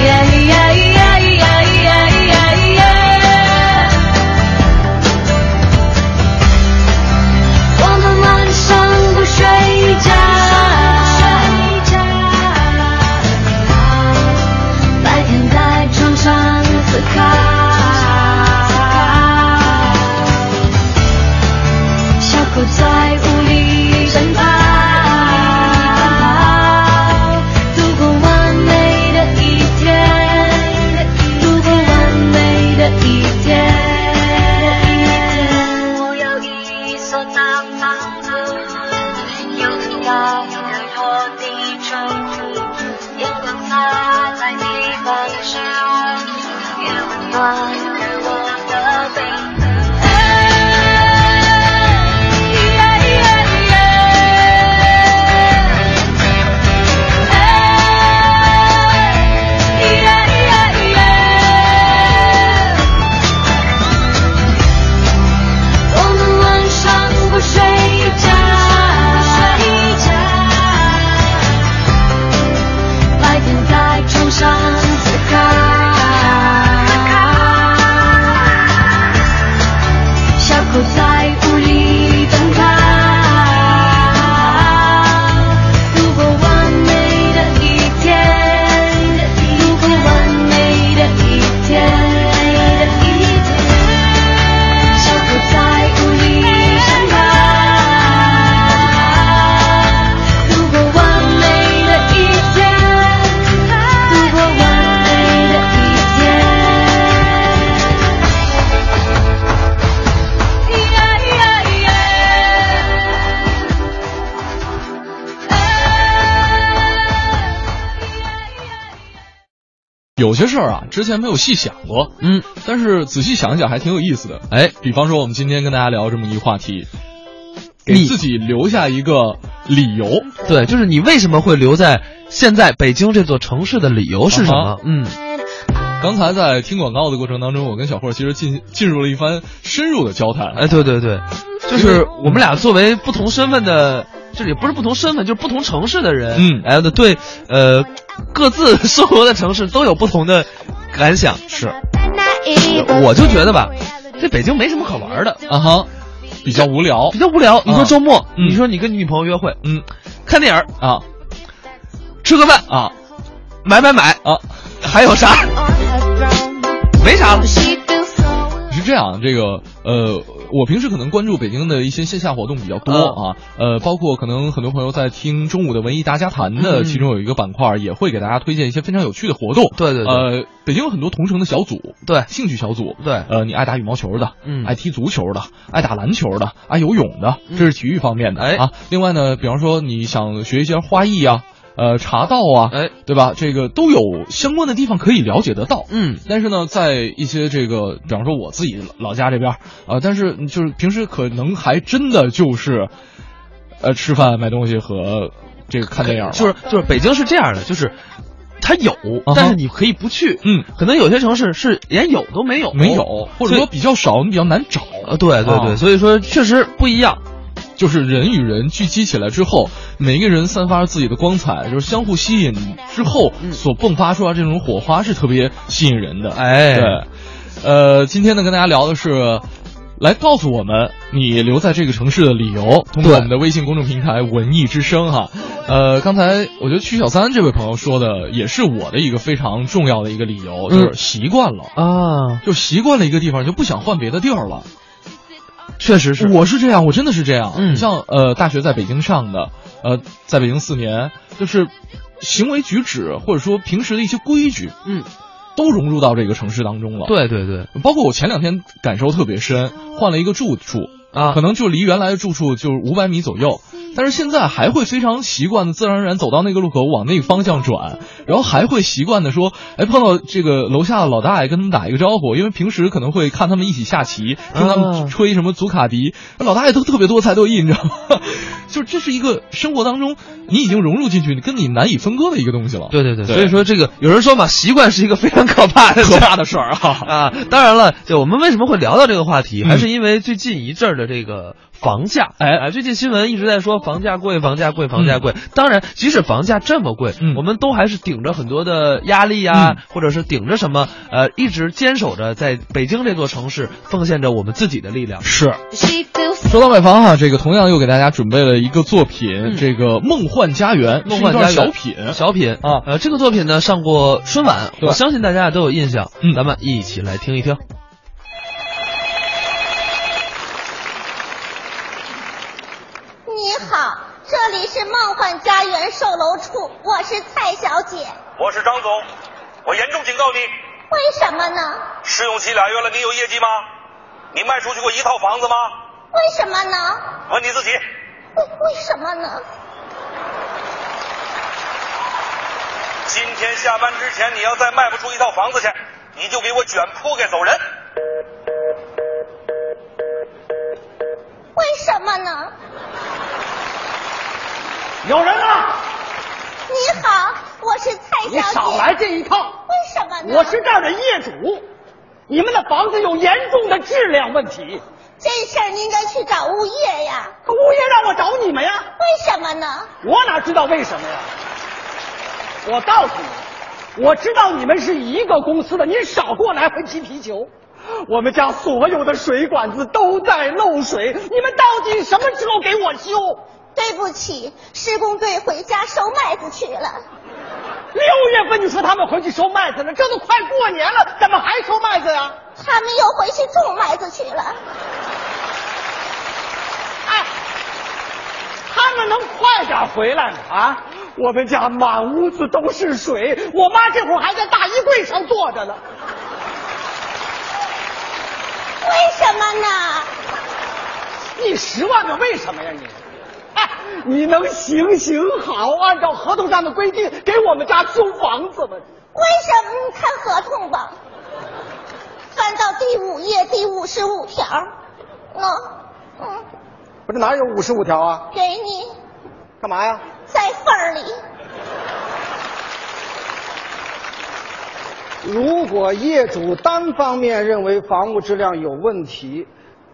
Speaker 5: 我们晚上不睡觉，白天在床上思考。小狗在屋里奔跑，度过完美的一天，度过完美的一天。我有一所大房子，有很大很多的窗户，阳光洒在地板上，也温暖了我的被子。我们晚上不睡觉，白天在床上思考。小狗在屋里奔跑，度过完美的一天，度过完美的一天。小狗在屋里奔跑，度过完美的一天，度过完美的一天。
Speaker 1: 有些事儿啊，之前没有细想过，
Speaker 2: 嗯，
Speaker 1: 但是仔细想一想还挺有意思的。
Speaker 2: 哎，
Speaker 1: 比方说我们今天跟大家聊这么一话题，给
Speaker 2: 你
Speaker 1: 自己留下一个理由。
Speaker 2: 对，就是你为什么会留在现在北京这座城市的理由是什
Speaker 1: 啊
Speaker 2: 么？嗯，
Speaker 1: 刚才在听广告的过程当中，我跟小霍其实进进入了一番深入的交谈。
Speaker 2: 哎，对对对，就是我们俩作为不同身份的，这也不是不同身份，就是不同城市的人，
Speaker 1: 嗯
Speaker 2: 哎，对，呃，各自 生活的城市都有不同的感想。
Speaker 1: 是
Speaker 2: 我就觉得吧，这北京没什么可玩的，
Speaker 1: 啊哈，比较无聊
Speaker 2: 比较无聊。你说周末，
Speaker 1: 嗯
Speaker 2: 你说你跟你女朋友约会，
Speaker 1: 嗯，
Speaker 2: 看电影，
Speaker 1: 啊
Speaker 2: 吃个饭，
Speaker 1: 啊
Speaker 2: 买买买，
Speaker 1: 啊！
Speaker 2: 还有啥？没啥了。
Speaker 1: 是这样，这个呃，我平时可能关注北京的一些线下活动比较
Speaker 2: 嗯
Speaker 1: 多啊，呃，包括可能很多朋友在听中午的文艺大家谈的
Speaker 2: 嗯
Speaker 1: 其中有一个板块，也会给大家推荐一些非常有趣的活动。
Speaker 2: 对对对
Speaker 1: 呃，北京有很多同城的小组，
Speaker 2: 对
Speaker 1: 兴趣小组，
Speaker 2: 对
Speaker 1: 呃，你爱打羽毛球的，
Speaker 2: 嗯
Speaker 1: 爱踢足球的，爱打篮球的，爱游泳的，这是体育方面的、
Speaker 2: 哎
Speaker 1: 啊。另外呢，比方说你想学一些花艺啊，呃，茶道啊，
Speaker 2: 哎，
Speaker 1: 对吧？这个都有相关的地方可以了解得到。
Speaker 2: 嗯，
Speaker 1: 但是呢，在一些这个，比方说我自己老家这边儿啊、但是呃就是平时可能还真的就是，呃，吃饭、买东西和这个看电影了，
Speaker 2: 就是就是北京是这样的，就是它有
Speaker 1: 啊哈，
Speaker 2: 但是你可以不去。
Speaker 1: 嗯，
Speaker 2: 可能有些城市是连有都没有，
Speaker 1: 没有，或
Speaker 2: 哦所以
Speaker 1: 者说比较少，你比较难找。
Speaker 2: 呃，对对对，
Speaker 1: 啊
Speaker 2: 所以说确实不一样。
Speaker 1: 就是人与人聚集起来之后，每个人散发着自己的光彩，就是相互吸引之后所迸发出来这种火花是特别吸引人的。
Speaker 2: 嗯哎
Speaker 1: 对，呃，今天呢跟大家聊的是。来告诉我们你留在这个城市的理由，通过
Speaker 2: 对
Speaker 1: 我们的微信公众平台“文艺之声”哈，呃，刚才我觉得曲小三这位朋友说的也是我的一个非常重要的一个理由，就
Speaker 2: 嗯
Speaker 1: 是习惯了，
Speaker 2: 啊，
Speaker 1: 就习惯了一个地方，就不想换别的地儿了。
Speaker 2: 确实是。
Speaker 1: 我是这样，我真的是这样。
Speaker 2: 嗯
Speaker 1: 像呃，大学在北京上的，呃，在北京四年，就是行为举止或者说平时的一些规矩，
Speaker 2: 嗯，
Speaker 1: 都融入到这个城市当中了。，
Speaker 2: 对对对
Speaker 1: 包括我前两天感受特别深，换了一个住处，
Speaker 2: 啊
Speaker 1: 可，能就离原来的住处就是五百米左右，但是现在还会非常习惯的自然而然走到那个路口往那个方向转，然后还会习惯的说，哎，碰到这个楼下的老大爷跟他们打一个招呼，因为平时可能会看他们一起下棋，听他
Speaker 2: 啊
Speaker 1: 们吹什么祖卡迪，老大爷都特别多才多艺，你知道吗？ 就是这是一个生活当中你已经融入进去，跟你难以分割的一个东西了。
Speaker 2: 对对对，
Speaker 1: 对
Speaker 2: 所以说这个有人说嘛，习惯是一个非常可怕 的
Speaker 1: 可怕
Speaker 2: 事
Speaker 1: 的事
Speaker 2: 儿
Speaker 1: 儿啊！
Speaker 2: 啊。当然了，就我们为什么会聊到这个话题，
Speaker 1: 嗯
Speaker 2: 还是因为最近一阵儿的这个房价，
Speaker 1: 哎
Speaker 2: 啊，最近新闻一直在说房价贵，房价贵，房价贵。当然，即使房价这么贵
Speaker 1: 嗯，
Speaker 2: 我们都还是顶着很多的压力呀，或者是顶着什么呃，一直坚守着在北京这座城市，奉献着我们自己的力量。
Speaker 1: 是，
Speaker 5: She feels
Speaker 1: 说到买房哈、这个同样又给大家准备了一个作品，
Speaker 2: 嗯
Speaker 1: 这个《梦幻家园》
Speaker 2: 梦幻
Speaker 1: 是
Speaker 2: 家
Speaker 1: 一段
Speaker 2: 园
Speaker 1: 小品，
Speaker 2: 小品
Speaker 1: 啊
Speaker 2: 呃，这个作品呢上过春晚，
Speaker 1: 对
Speaker 2: 我相信大家也都有印象，
Speaker 1: 嗯
Speaker 2: 咱们一起来听一听。
Speaker 6: 你好，这里是梦幻家园售楼处，我是蔡小姐。
Speaker 7: 我是张总，我严重警告你，
Speaker 6: 为什么呢？
Speaker 7: 试用期俩月了，你有业绩吗？你卖出去过一套房子吗？
Speaker 6: 为什么呢？
Speaker 7: 问你自己。
Speaker 6: 为为什么呢？
Speaker 7: 今天下班之前，你要再卖不出一套房子去，你就给我卷铺盖走人。
Speaker 6: 为什么呢？
Speaker 4: 有人啊！
Speaker 6: 你好，我是蔡小姐。
Speaker 4: 你少来这一套！
Speaker 6: 为什么呢？
Speaker 4: 我是这儿的业主，你们的房子有严重的质量问题，
Speaker 6: 这事儿你应该去找物业呀。
Speaker 4: 可物业让我找你们呀，
Speaker 6: 为什么呢？
Speaker 4: 我哪知道为什么呀？我告诉你，我知道你们是一个公司的，您少给我来回踢皮球。我们家所有的水管子都在漏水，你们到底什么时候给我修？
Speaker 6: 对不起，施工队回家收麦子去了。
Speaker 4: 六月份你说他们回去收麦子呢，这都快过年了，怎么还收麦子呀？
Speaker 6: 他们又回去种麦子去了。
Speaker 4: 哎，他们能快点回来吗？啊，我们家满屋子都是水，我妈这会儿还在大衣柜上坐着呢。
Speaker 6: 为什么呢？
Speaker 4: 你十万个为什么呀你？哎，你能行行好，按照合同上的规定给我们家修房子吗？
Speaker 6: 为什么？你看合同吧，翻到第五页第五十五条，喏，嗯，
Speaker 4: 不是哪有五十五条啊？
Speaker 6: 给你
Speaker 4: 干嘛呀？
Speaker 6: 在缝儿里。
Speaker 8: 如果业主单方面认为房屋质量有问题，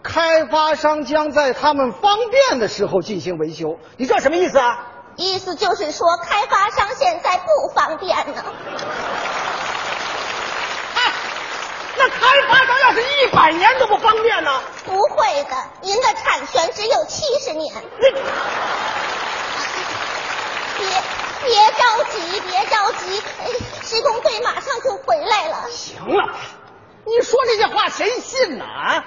Speaker 8: 开发商将在他们方便的时候进行维修。
Speaker 4: 你这什么意思啊？
Speaker 6: 意思就是说，开发商现在不方便呢。
Speaker 4: 哎，那开发商要是一百年都不方便呢？
Speaker 6: 不会的，您的产权只有七十年。别别着急，别着急，哎施工队马上就回来了。
Speaker 4: 行了吧，你说这些话谁信呢？啊，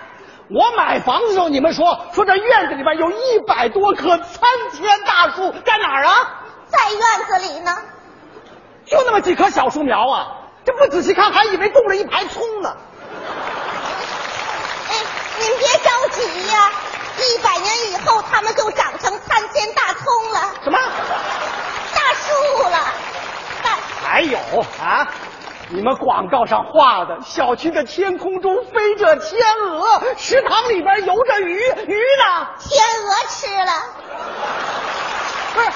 Speaker 4: 我买房子的时候，你们说说这院子里边有一百多棵参天大树，在哪儿啊？
Speaker 6: 在院子里呢，
Speaker 4: 就那么几棵小树苗啊，这不仔细看还以为种了一排葱呢。
Speaker 6: 哎，您别着急呀、一百年以后他们就长成参天大葱了，
Speaker 4: 什么？
Speaker 6: 大树了。大
Speaker 4: 还有啊？你们广告上画的小区的天空中飞着天鹅，池塘里边游着鱼，鱼呢？
Speaker 6: 天鹅吃了，
Speaker 4: 不是，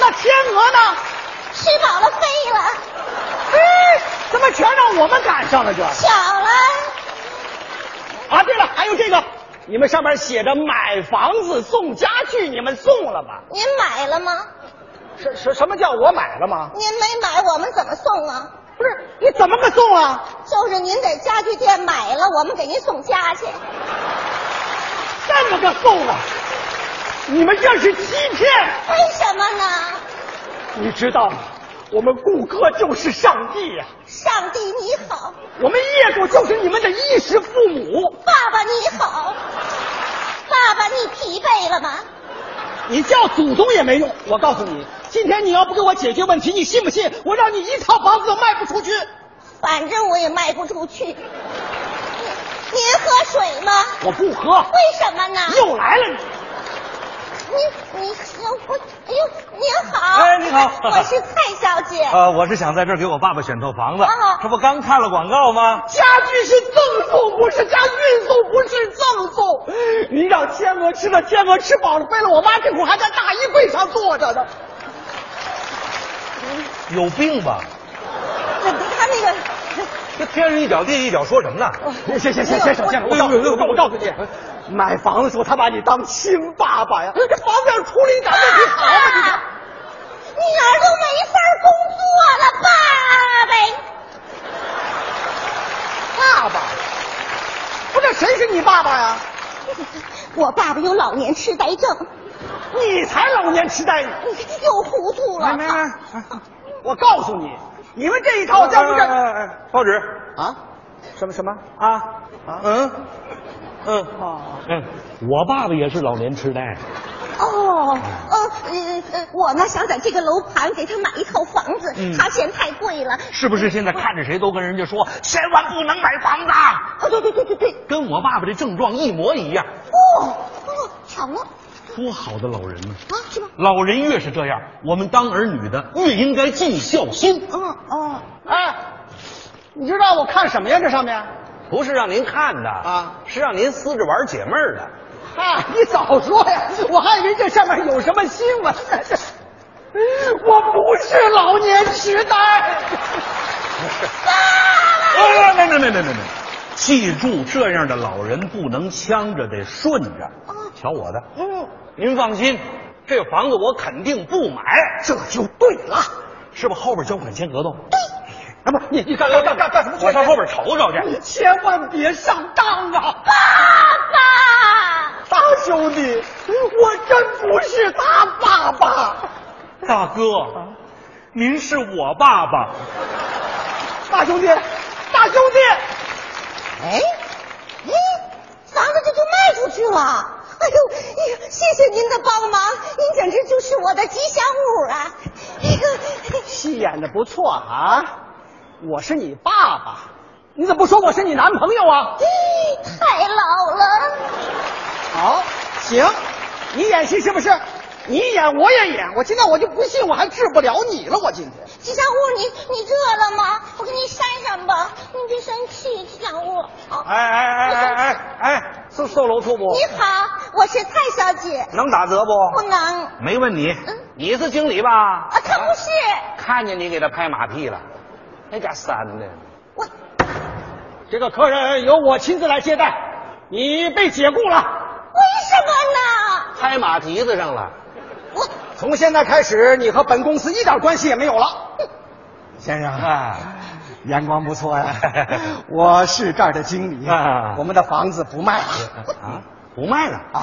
Speaker 4: 那天鹅呢？
Speaker 6: 吃饱了飞了，
Speaker 4: 哎，怎么全让我们赶上了这？
Speaker 6: 巧了，
Speaker 4: 啊，对了，还有这个，你们上面写着买房子送家具，你们送了吧？
Speaker 6: 您买了吗？
Speaker 4: 什什什么叫我买了吗？
Speaker 6: 您没买，我们怎么送啊？
Speaker 4: 不是，你怎么个送啊？
Speaker 6: 就是您在家具店买了，我们给您送家去。
Speaker 4: 这么个送啊？你们这是欺骗！
Speaker 6: 为什么呢？
Speaker 4: 你知道吗？我们顾客就是上帝呀、
Speaker 6: 上帝你好，
Speaker 4: 我们业主就是你们的衣食父母。
Speaker 6: 爸爸你好，爸爸你疲惫了吗？
Speaker 4: 你叫祖宗也没用。我告诉你，今天你要不给我解决问题，你信不信我让你一套房子都卖不出去？
Speaker 6: 反正我也卖不出去。您您喝水吗？
Speaker 4: 我不喝。
Speaker 6: 为什么呢？
Speaker 4: 又来了你。
Speaker 6: 您您喝我哎呦，您好。
Speaker 7: 哎你好
Speaker 6: 我是蔡小姐。
Speaker 7: 呃，我是想在这儿给我爸爸选套房子
Speaker 6: 啊，
Speaker 7: 这不刚看了广告吗？
Speaker 4: 家具是赠送，不是加运送，不是赠送。你让天鹅吃了，天鹅吃饱了飞了。我妈这会儿还在大衣柜上坐着呢。
Speaker 7: 有病吧？
Speaker 6: 那他那个，
Speaker 7: 这天上一脚地一脚，说什么呢？
Speaker 4: 行行行，先生先生，我告诉你，我告诉你，买房的时候他把你当亲爸爸呀。这房子要处理点问题，好吗？你这。
Speaker 6: 女儿都没法工作了，爸呗。
Speaker 4: 爸爸，不是谁是你爸爸呀？
Speaker 6: 我爸爸有老年痴呆症，
Speaker 4: 你才老年痴呆呢！
Speaker 6: 又糊涂了。
Speaker 4: 我告诉你，你们这一套在不这
Speaker 7: 哎哎哎报纸
Speaker 4: 啊？什么什么？
Speaker 7: 啊
Speaker 4: 啊
Speaker 7: 嗯嗯
Speaker 4: 哦
Speaker 7: 嗯，我爸爸也是老年痴呆。
Speaker 6: 哦，哦，呃呃，我呢想在这个楼盘给他买一套房子，他嫌太贵了。
Speaker 7: 是不是现在看着谁都跟人家说千万不能买房子？
Speaker 6: 哦，对对对对对，
Speaker 7: 跟我爸爸这症状一模一样。
Speaker 6: 哦，哦，巧了
Speaker 7: 多好的老人呢、
Speaker 6: 啊，是吗？
Speaker 7: 老人越是这样，我们当儿女的越应该尽孝心。
Speaker 6: 嗯哦，
Speaker 4: 哎，你知道我看什么呀？这上面？
Speaker 7: 不是让您看的
Speaker 4: 啊
Speaker 7: 是让您撕着玩解闷儿的。
Speaker 4: 嗨、啊你早说呀！我还以为这上面有什么新闻呢。这我不是老年痴呆。
Speaker 7: 哎，没没没没没没，记住，这样的老人不能呛着，得顺着。瞧我的，哦嗯，您放心，这房子我肯定不买，这就对了，是不？后边交款签合同。
Speaker 4: 啊不，你你干干干干干什么去？
Speaker 7: 我上后边瞅瞅去。
Speaker 4: 你千万别上当啊！
Speaker 6: 爸爸，
Speaker 4: 大兄弟，我真不是他爸爸。
Speaker 7: 大哥，您是我爸爸。
Speaker 4: 大兄弟，大兄弟，
Speaker 6: 哎，哎，房子这就卖出去了。哎呦，哎呀，谢谢您的帮忙，您简直就是我的吉祥物啊！那个，
Speaker 4: 戏演的不错啊！我是你爸爸，你怎么不说我是你男朋友啊？
Speaker 6: 太老了。
Speaker 4: 好，行，你演戏是不是？你演我也演，我今天我就不信我还治不了你了，我今天。
Speaker 6: 吉祥物，你你热了吗？我给你扇扇吧，你别生气，吉祥物。好
Speaker 7: 哎哎哎哎哎哎，售售楼处不？
Speaker 6: 你好，我是蔡小姐，
Speaker 7: 能打折不？
Speaker 6: 不
Speaker 4: 嗯
Speaker 6: 能啊，
Speaker 7: 没问你，你是经理
Speaker 4: 啊
Speaker 7: 吧？
Speaker 6: 她不是
Speaker 7: 看见你给他拍马屁了，那家三的。
Speaker 6: 我，
Speaker 4: 这个客人由我亲自来接待，你被解雇了。
Speaker 6: 为什么呢？
Speaker 7: 拍马蹄子上了。
Speaker 6: 我
Speaker 4: 从现在开始，你和本公司一点关系也没有了。 先生
Speaker 7: 啊，
Speaker 4: 眼光不错 呀，我是这儿的经理
Speaker 7: 啊，
Speaker 4: 我们的房子不卖了
Speaker 7: 啊，不卖了，
Speaker 4: 啊，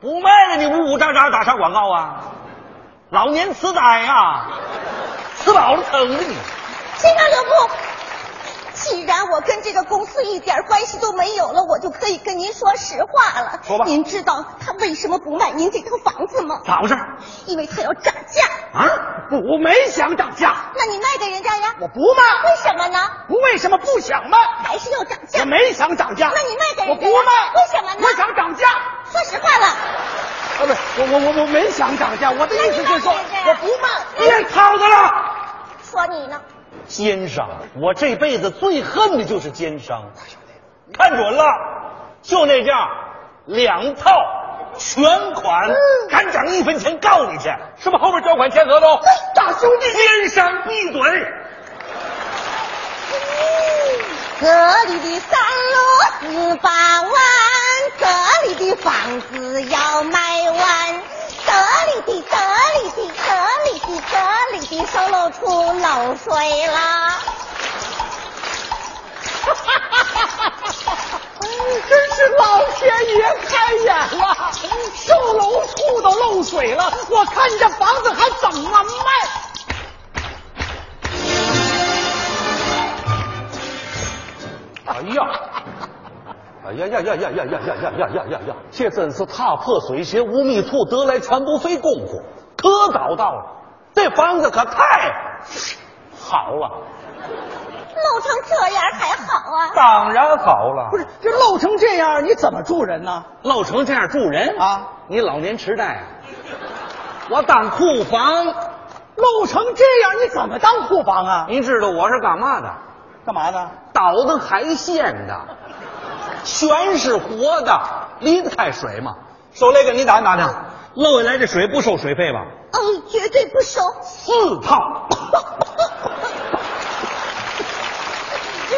Speaker 7: 不卖了，你呜呜喳喳打啥广告啊？老年痴呆啊，吃饱了撑的你。
Speaker 6: 先让留步。既然我跟这个公司一点关系都没有了，我就可以跟您说实话了。
Speaker 7: 说吧
Speaker 6: 您知道他为什么不卖您这套房子吗？
Speaker 7: 咋回事
Speaker 6: 因为他要涨价。
Speaker 7: 啊？
Speaker 4: 我没想涨价，
Speaker 6: 那你卖给人家呀？
Speaker 4: 我不卖，啊
Speaker 6: 为什么呢？
Speaker 4: 不为什么不想卖，
Speaker 6: 还是要涨价？
Speaker 4: 我没想涨价。
Speaker 6: 那你卖给人家
Speaker 4: 我不卖，
Speaker 6: 为什么呢
Speaker 4: 我想涨价。
Speaker 6: 说实话了。
Speaker 4: 啊，不是，我我我我没想涨价，我的意思是说
Speaker 6: 那你卖给人家哎
Speaker 4: 我不卖。
Speaker 7: 别吵他了。
Speaker 6: 说你呢？
Speaker 7: 奸商，我这辈子最恨的就是奸商。看准了，就那价，两套。全款，
Speaker 6: 嗯
Speaker 7: 敢涨一分钱告你去，是不是？后边交款签合
Speaker 6: 哎
Speaker 7: 同。大兄弟，先生闭嘴。
Speaker 6: 这里的三楼十八万，这里的房子要卖完。这里的，这里的，这里的，这里的，售楼处漏水 啦。
Speaker 4: 真是老天爷开眼了，售楼处都漏水了，我看你这房子还怎么卖？
Speaker 7: 哎呀，哎呀呀呀呀呀呀呀呀呀呀呀呀！这真是踏破水鞋无觅处，得来全不费工夫。可找到了，这房子可太好了，
Speaker 6: 漏成这样还好啊？
Speaker 7: 当然好了
Speaker 4: 不。是，这漏成这样，你怎么住人呢？
Speaker 7: 漏成这样住人
Speaker 4: 啊？
Speaker 7: 你老年痴呆啊？我当库房，
Speaker 4: 漏成这样，你怎么当库房啊？
Speaker 7: 您知道我是干嘛的？
Speaker 4: 干嘛呢？
Speaker 7: 倒的海鲜的，全是活的，离得开水吗？手雷给您打听打听，漏下来这水不收水费吧？
Speaker 6: 嗯，绝对不收。
Speaker 7: 四套。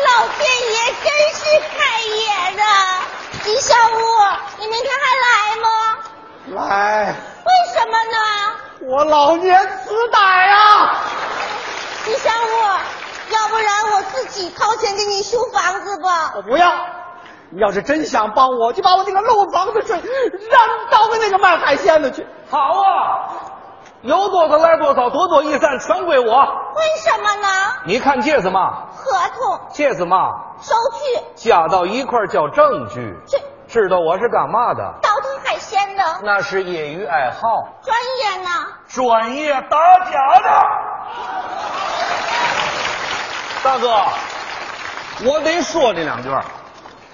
Speaker 6: 老天爷真是开眼啊！吉祥物，你明 天还来吗？
Speaker 4: 来，
Speaker 6: 为什么呢？
Speaker 4: 我老年痴呆啊 呀！
Speaker 6: 吉祥物，要不然我自己掏钱给你修房子吧。
Speaker 4: 我不要。你要是真想帮我，就把我那个漏房子水让倒给那个卖海鲜的去。
Speaker 7: 好啊，有多少来多少，多多益善，全归我。
Speaker 6: 为什么呢？
Speaker 7: 你看戒指嘛，
Speaker 6: 合同
Speaker 7: 戒指
Speaker 4: 啊
Speaker 7: 嘛，
Speaker 6: 收据
Speaker 7: 加到一块儿叫证据。
Speaker 6: 这
Speaker 7: 知道我是干嘛的？
Speaker 6: 倒腾海鲜的
Speaker 7: 那是业余爱好，
Speaker 6: 专业呢？
Speaker 7: 专业打假的。大哥，我得说你两句儿。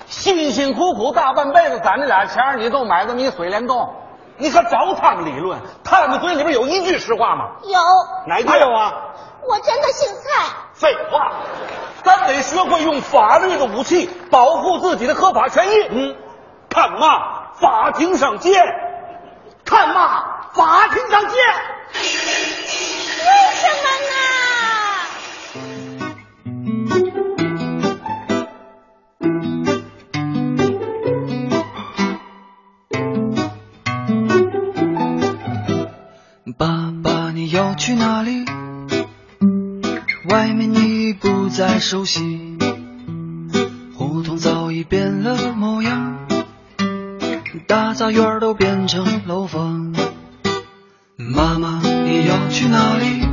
Speaker 7: 辛辛苦苦大半辈子攒这俩钱儿，你都买这么一水帘洞，你可找他们理论？他们嘴里边有一句实话吗？
Speaker 6: 有，
Speaker 7: 哪句？还有啊，
Speaker 6: 我真的姓蔡。
Speaker 7: 废话，咱得学会用法律的武器保护自己的合法权益。嗯，看嘛，法庭上见。看嘛，法庭上见。
Speaker 6: 为什么
Speaker 9: 爸爸，你要去哪里？外面你已不再熟悉，胡同早已变了模样，大杂院儿都变成楼房。妈妈，你要去哪里？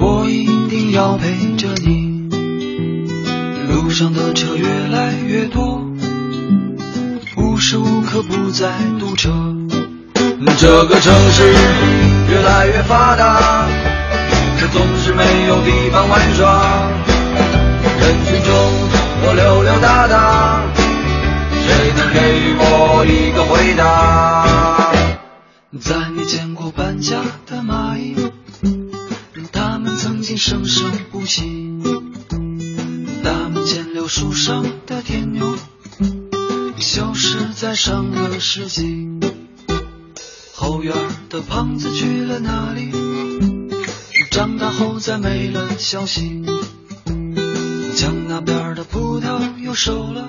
Speaker 9: 我一定要陪着你。路上的车越来越多，无时无刻不在堵车。这个城市越来越发达，可总是没有地方玩耍。人群中我溜溜达达，谁能给予我一个回答？再没见过搬家的蚂蚁，它们曾经生生不息。它们见柳树上的天牛，消失在上个世纪。后院儿的胖子去了哪里？长大后再没了消息。江那边儿的葡萄又熟了，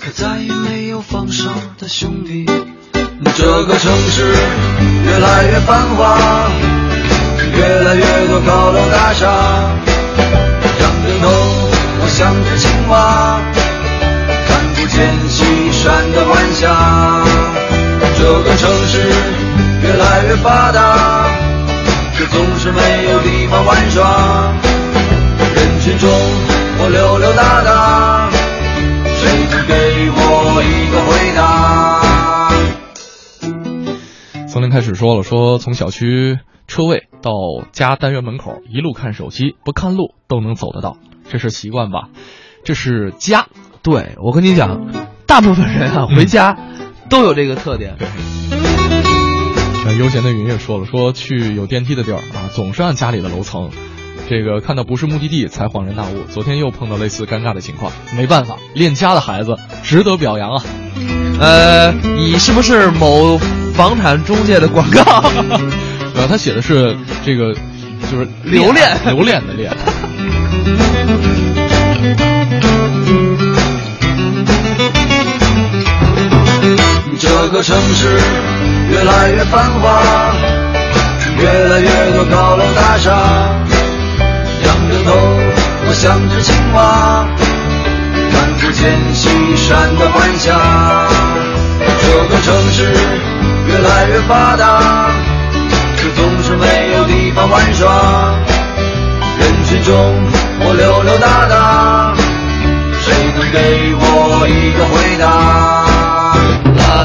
Speaker 9: 可再也没有放哨的兄弟。这个城市越来越繁华，越来越多高楼大厦。仰着头，我像只青蛙，看不见西山的晚霞。这个城市越来越发达，可总是没有地方玩耍。人群中我溜溜达达，谁能给我一个回答？
Speaker 1: 从零开始说了，说从小区车位到家单元门口，一路看手机不看路都能走得到，这是习惯吧？这是家，
Speaker 2: 对，我跟你讲，大部分人啊回家都有这个特点。
Speaker 1: 呃，悠闲的云也说了，说去有电梯的地儿啊，总是按家里的楼层。这个看到不是目的地才恍然大悟，昨天又碰到类似尴尬的情况，没办法，恋家的孩子值得表扬啊！
Speaker 2: 呃，你是不是某房产中介的广告？
Speaker 1: 然呃后他写的
Speaker 9: 呃
Speaker 1: 是这个，就是
Speaker 2: 留恋
Speaker 1: 留恋的恋。
Speaker 9: 这个城市越来越繁华，越来越多高楼大厦。仰着头，我像只青蛙，看不见西山的晚霞。这个城市越来越发达，可总是没有地方玩耍。人群中我溜溜达达，谁能给我一个回答？啦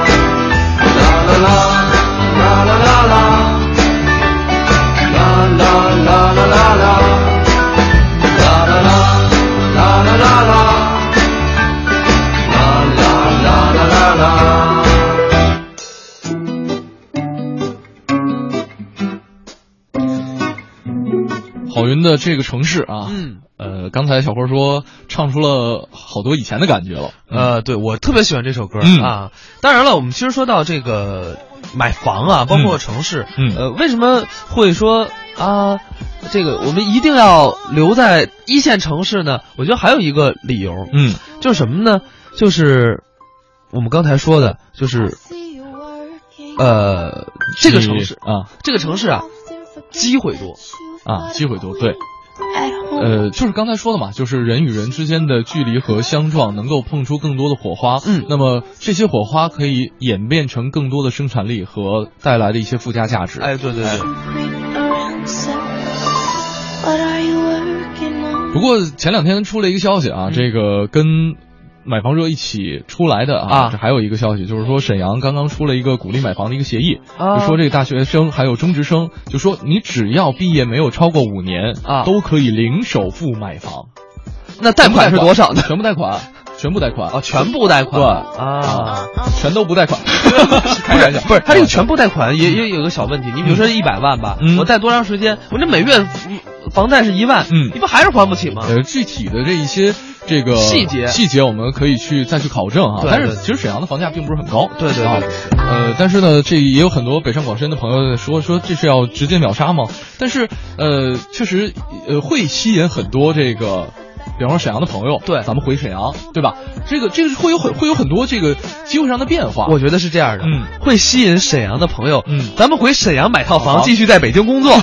Speaker 9: 啦啦啦，啦啦啦啦，啦啦啦啦啦啦，啦啦啦，啦啦啦啦，啦啦啦啦啦啦。
Speaker 1: 郝云的这个城市啊，
Speaker 2: 嗯，
Speaker 1: 呃，刚才小辉说唱出了好多以前的感觉了。
Speaker 2: 呃，对我特别喜欢这首歌、
Speaker 1: 嗯
Speaker 2: 啊。当然了，我们其实说到这个买房啊，包括城市，
Speaker 1: 嗯嗯
Speaker 2: 呃，为什么会说啊，这个我们一定要留在一线城市呢？我觉得还有一个理由，
Speaker 1: 嗯，
Speaker 2: 就是什么呢？就是我们刚才说的，就是呃，这个城市，
Speaker 1: 啊
Speaker 2: 这个城市啊，机会多，
Speaker 1: 啊，机会多，对。呃，就是刚才说的嘛，就是人与人之间的距离和相撞能够碰出更多的火花，
Speaker 2: 嗯
Speaker 1: 那么这些火花可以演变成更多的生产力和带来的一些附加价值。
Speaker 2: 哎，对对对，
Speaker 1: 不过前两天出了一个消息啊，
Speaker 2: 嗯
Speaker 1: 这个跟买房热一起出来的啊，
Speaker 2: 啊
Speaker 1: 这还有一个消息就是说，沈阳刚刚出了一个鼓励买房的一个协议，
Speaker 2: 啊
Speaker 1: 就说这个大学生还有中职生，就说你只要毕业没有超过五年
Speaker 2: 啊
Speaker 1: 都可以零首付买房，
Speaker 2: 那贷款是多少呢？
Speaker 1: 全部贷款，全部贷款
Speaker 2: 啊，全部贷款
Speaker 1: 对
Speaker 2: 啊。
Speaker 1: 全都 不贷款，
Speaker 2: 不
Speaker 1: 开玩
Speaker 2: 是
Speaker 1: 笑，
Speaker 2: 不是，他这个全部贷款也也有个小问题。你比如说一百万吧，
Speaker 1: 嗯
Speaker 2: 我贷多长时间？我这每月嗯房贷是一万，
Speaker 1: 嗯
Speaker 2: 你不还是还不起吗？
Speaker 1: 呃，具体的这一些这个
Speaker 2: 啊细节
Speaker 1: 细节我们可以去再去考证哈。
Speaker 2: 对
Speaker 1: 但
Speaker 2: 对
Speaker 1: 是其实沈阳的房价并不是很高，
Speaker 2: 对对对
Speaker 1: 啊呃，但是呢，这也有很多北上广深的朋友说说这是要直接秒杀吗？但是呃，确实呃会吸引很多这个。比方说沈阳的朋友，
Speaker 2: 对
Speaker 1: 咱们回沈阳，对吧？这个这个会有很会有很多这个机会上的变化。
Speaker 2: 我觉得是这样的，
Speaker 1: 嗯
Speaker 2: 会吸引沈阳的朋友，
Speaker 1: 嗯
Speaker 2: 咱们回沈阳买套
Speaker 1: 好
Speaker 2: 房，继续在北京工作。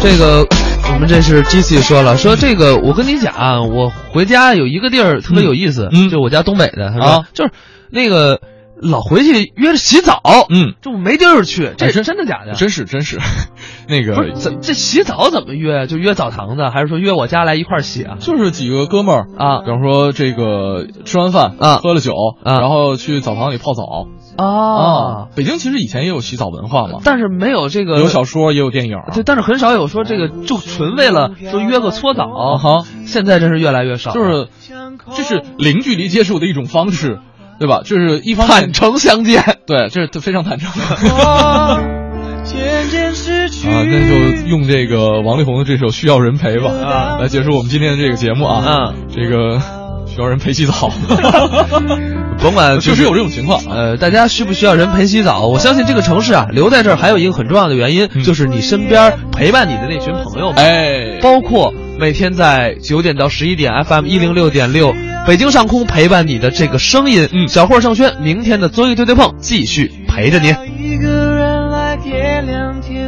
Speaker 2: 这个我们这是 G C 说了，说这个我跟你讲啊，我回家有一个地儿特别有意思，
Speaker 1: 嗯嗯
Speaker 2: 就我家东北的，他说、
Speaker 1: 啊
Speaker 2: 就是那个老回去约着洗澡，
Speaker 1: 嗯，
Speaker 2: 这我没地儿去，这
Speaker 1: 哎
Speaker 2: 是
Speaker 1: 真
Speaker 2: 哦真的假的？
Speaker 1: 真是真是， 那个
Speaker 2: 不是怎这洗澡怎么约？就约澡堂子，还是说约我家来一块儿洗啊？
Speaker 1: 就是几个哥们儿
Speaker 2: 啊
Speaker 1: 比方说这个吃完饭
Speaker 2: 啊
Speaker 1: 喝了酒
Speaker 2: 啊
Speaker 1: 然后去澡堂里泡澡
Speaker 2: 啊，
Speaker 1: 北京其实以前也有洗澡文化嘛，
Speaker 2: 但是没有这个
Speaker 1: 有小说也有电影，
Speaker 2: 对，但是很少有说这个就纯为了说约个搓澡，
Speaker 1: 啊哈，
Speaker 2: 现在真是越来越少，
Speaker 1: 就是这是零距离接触的一种方式，对吧？这是一方面
Speaker 2: 坦，诚相见。
Speaker 1: 对，这是非常坦诚 的。
Speaker 2: 啊，
Speaker 1: 啊，那就用这个王力宏的这首《需要人陪》吧，
Speaker 2: 啊
Speaker 1: 来结束我们今天的这个节目啊。
Speaker 2: 嗯，
Speaker 1: 这个需要人陪洗澡，
Speaker 2: 甭管
Speaker 1: 确
Speaker 2: 就
Speaker 1: 实
Speaker 2: 是
Speaker 1: 有这种情况啊。
Speaker 2: 呃，大家需不需要人陪洗澡？我相信这个城市啊，留在这儿还有一个很重要的原因，
Speaker 1: 嗯
Speaker 2: 就是你身边陪伴你的那群朋友们。
Speaker 1: 哎，
Speaker 2: 包括每天在九点到十一点 FM 一零六点六北京上空陪伴你的这个声音，
Speaker 1: 嗯
Speaker 2: 小霍尚轩，明天的综艺对对碰继续陪着您。
Speaker 10: 一个人来点两天。